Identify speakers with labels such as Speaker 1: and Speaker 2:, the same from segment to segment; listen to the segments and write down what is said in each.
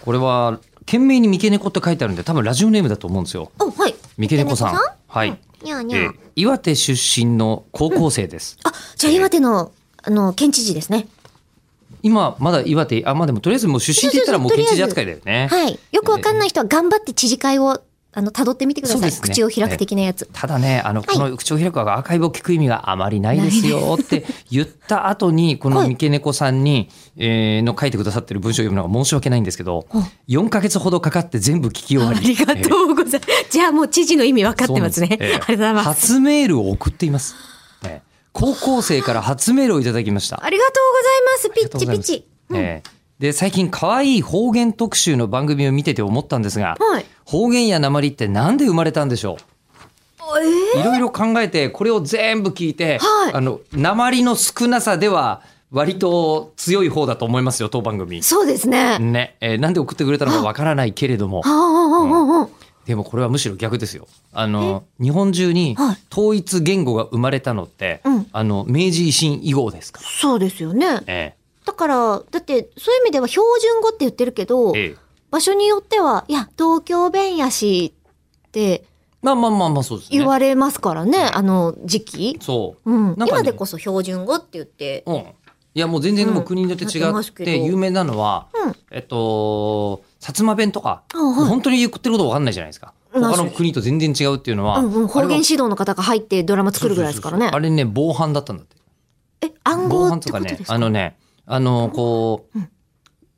Speaker 1: これは件名に三毛猫って書いてあるんで多分ラジオネームだと思うんですよ
Speaker 2: お、はい。
Speaker 1: 三毛猫さん
Speaker 2: 三毛猫
Speaker 1: はい、
Speaker 2: さん。にゃー
Speaker 1: え
Speaker 2: にゃー。
Speaker 1: ー岩手出身の高校生です、
Speaker 2: あ、じゃあ岩手の、あの、県知事ですね。
Speaker 1: 今まだ岩手あまあでもとりあえずもう出身って言ったらもう
Speaker 2: そう
Speaker 1: 県
Speaker 2: そう
Speaker 1: 知
Speaker 2: そう
Speaker 1: 事扱いだよね
Speaker 2: はい。よくわかんない人は頑張って知事会を、あの、辿ってみてくだ
Speaker 1: そう
Speaker 2: さ
Speaker 1: で
Speaker 2: い。
Speaker 1: すね
Speaker 2: 口を開く的なやつ。
Speaker 1: ただねあの、この口を開くがアーカイブを聞く意味があまりないですよって言った後にこの
Speaker 2: はい
Speaker 1: 三毛猫さんに、えーの書いてくださってる文章を読むのは申し訳ないんですけど
Speaker 2: うん
Speaker 1: 4か月ほどかかって全部聞き終わ
Speaker 2: あ
Speaker 1: り
Speaker 2: りがとうございます。じゃあもう知事の意味わかってますね。あ
Speaker 1: そうなんで
Speaker 2: りがとうございます。
Speaker 1: 初メールを送っています、ね高校生から初メールをいただきました
Speaker 2: ありがとうございます。ピッチピチ。うん
Speaker 1: ええで最近可愛い方言特集の番組を見てて思ったんですが、
Speaker 2: はい。
Speaker 1: 方言や鉛ってなんで生まれたんでしょ
Speaker 2: えー
Speaker 1: ういろいろ考えてこれを全部聞いて、
Speaker 2: はい
Speaker 1: あの鉛の少なさでは割と強い方だと思いますよ当番組。
Speaker 2: そうですね。
Speaker 1: ね、えーなんで送ってくれたのかわからないけれども
Speaker 2: ああ、ああ、ああ、
Speaker 1: でもこれはむしろ逆ですよあの日本中に
Speaker 2: はい
Speaker 1: 統一言語が生まれたのって、
Speaker 2: うん
Speaker 1: あの明治維新以後ですから、
Speaker 2: そうですよね。
Speaker 1: え
Speaker 2: だから、だって、そういう意味では標準語って言ってるけど
Speaker 1: え、ええ
Speaker 2: 場所によっては、いや、東京弁やしって
Speaker 1: まあまあまあまあそうですね
Speaker 2: 言われますからね、あの時期。
Speaker 1: そう
Speaker 2: う
Speaker 1: なん
Speaker 2: ん。
Speaker 1: かね
Speaker 2: 今でこそ標準語って言って、
Speaker 1: うん、いやもう全然で
Speaker 2: う
Speaker 1: も
Speaker 2: ん
Speaker 1: 国によって違
Speaker 2: なってま
Speaker 1: っ
Speaker 2: すけど
Speaker 1: て有名なのは、
Speaker 2: うん
Speaker 1: えっと薩摩弁とか、
Speaker 2: あはい
Speaker 1: 本当に言ってることわかんないじゃないですか
Speaker 2: うん
Speaker 1: 他の国と全然違うっていうのは、
Speaker 2: うんうん、方言
Speaker 1: あれ
Speaker 2: 指
Speaker 1: は
Speaker 2: 導の方が入ってドラマ作るぐらいですからね
Speaker 1: そうそうそう。あれね防犯だったんだって
Speaker 2: え、暗号
Speaker 1: 防犯
Speaker 2: っ
Speaker 1: と
Speaker 2: て
Speaker 1: か
Speaker 2: こと
Speaker 1: ね
Speaker 2: です
Speaker 1: あ
Speaker 2: か
Speaker 1: のねあのこう、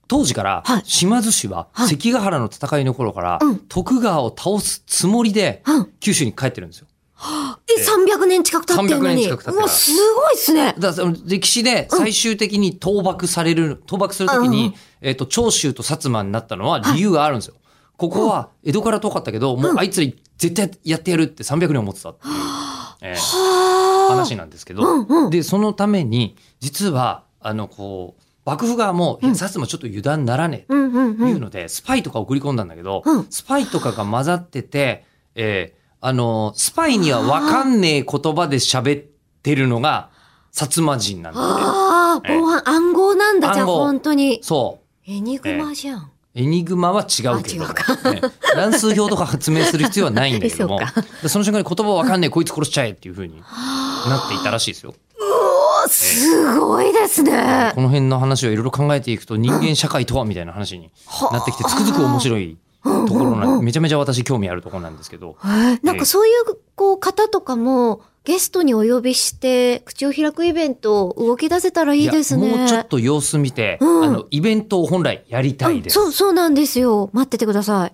Speaker 1: 当時から
Speaker 2: はい
Speaker 1: 島津氏は
Speaker 2: はい
Speaker 1: 関ヶ原の戦いの頃から
Speaker 2: うん
Speaker 1: 徳川を倒すつもりで
Speaker 2: うん
Speaker 1: 九州に帰ってるんですよ。
Speaker 2: え、300年近く経ってるの
Speaker 1: 300年
Speaker 2: に。
Speaker 1: 近く経ってる
Speaker 2: うわ、すごいっす
Speaker 1: だ
Speaker 2: ね。
Speaker 1: からその歴史で最終的に倒幕される、倒幕するとき
Speaker 2: うんう
Speaker 1: に、えっと、長州と薩摩になったのは理由があるんですよ。ここは江戸から遠かったけど、もうあいつら絶対やってやるって300年思ってたっていう、えー
Speaker 2: は
Speaker 1: 話なんですけ
Speaker 2: うんう
Speaker 1: ど、で、そのために、実は、あの、こう、幕府側も、いや薩摩ちょっと油断ならねえ
Speaker 2: あ。うんうんう。
Speaker 1: いうんので、スパイとか送り込んだんだけど、
Speaker 2: うん
Speaker 1: スパイとかが混ざってて、えーあのースパイにはわかんねえ言葉で喋ってるのが、薩摩人なんだって。
Speaker 2: ああ、
Speaker 1: ええ
Speaker 2: 防犯、暗号なんだ、じゃあ
Speaker 1: 暗号
Speaker 2: 本当に。
Speaker 1: そう。
Speaker 2: エニグマじゃん。
Speaker 1: エニグマは違うけど
Speaker 2: あ
Speaker 1: も、
Speaker 2: 違うか
Speaker 1: ね乱数表とか発明する必要はないんだけども
Speaker 2: そうか、
Speaker 1: でその瞬間に言葉わかんねえ、こいつ殺しちゃえっていう風になっていたらしいですよ。
Speaker 2: あすごいですね。
Speaker 1: この辺の話をいろいろ考えていくと、人間社会とはみたいな話になってきて、つくづく面白いところな、めちゃめちゃ私興味あるところなんですけど、
Speaker 2: えーなんかそういうこう方とかもゲストにお呼びして口を開くイベントを動き出せたらいいですね。
Speaker 1: やもうちょっと様子見て、
Speaker 2: うん
Speaker 1: あのイベントを本来やりたいです。
Speaker 2: そうそうなんですよ。待っててください。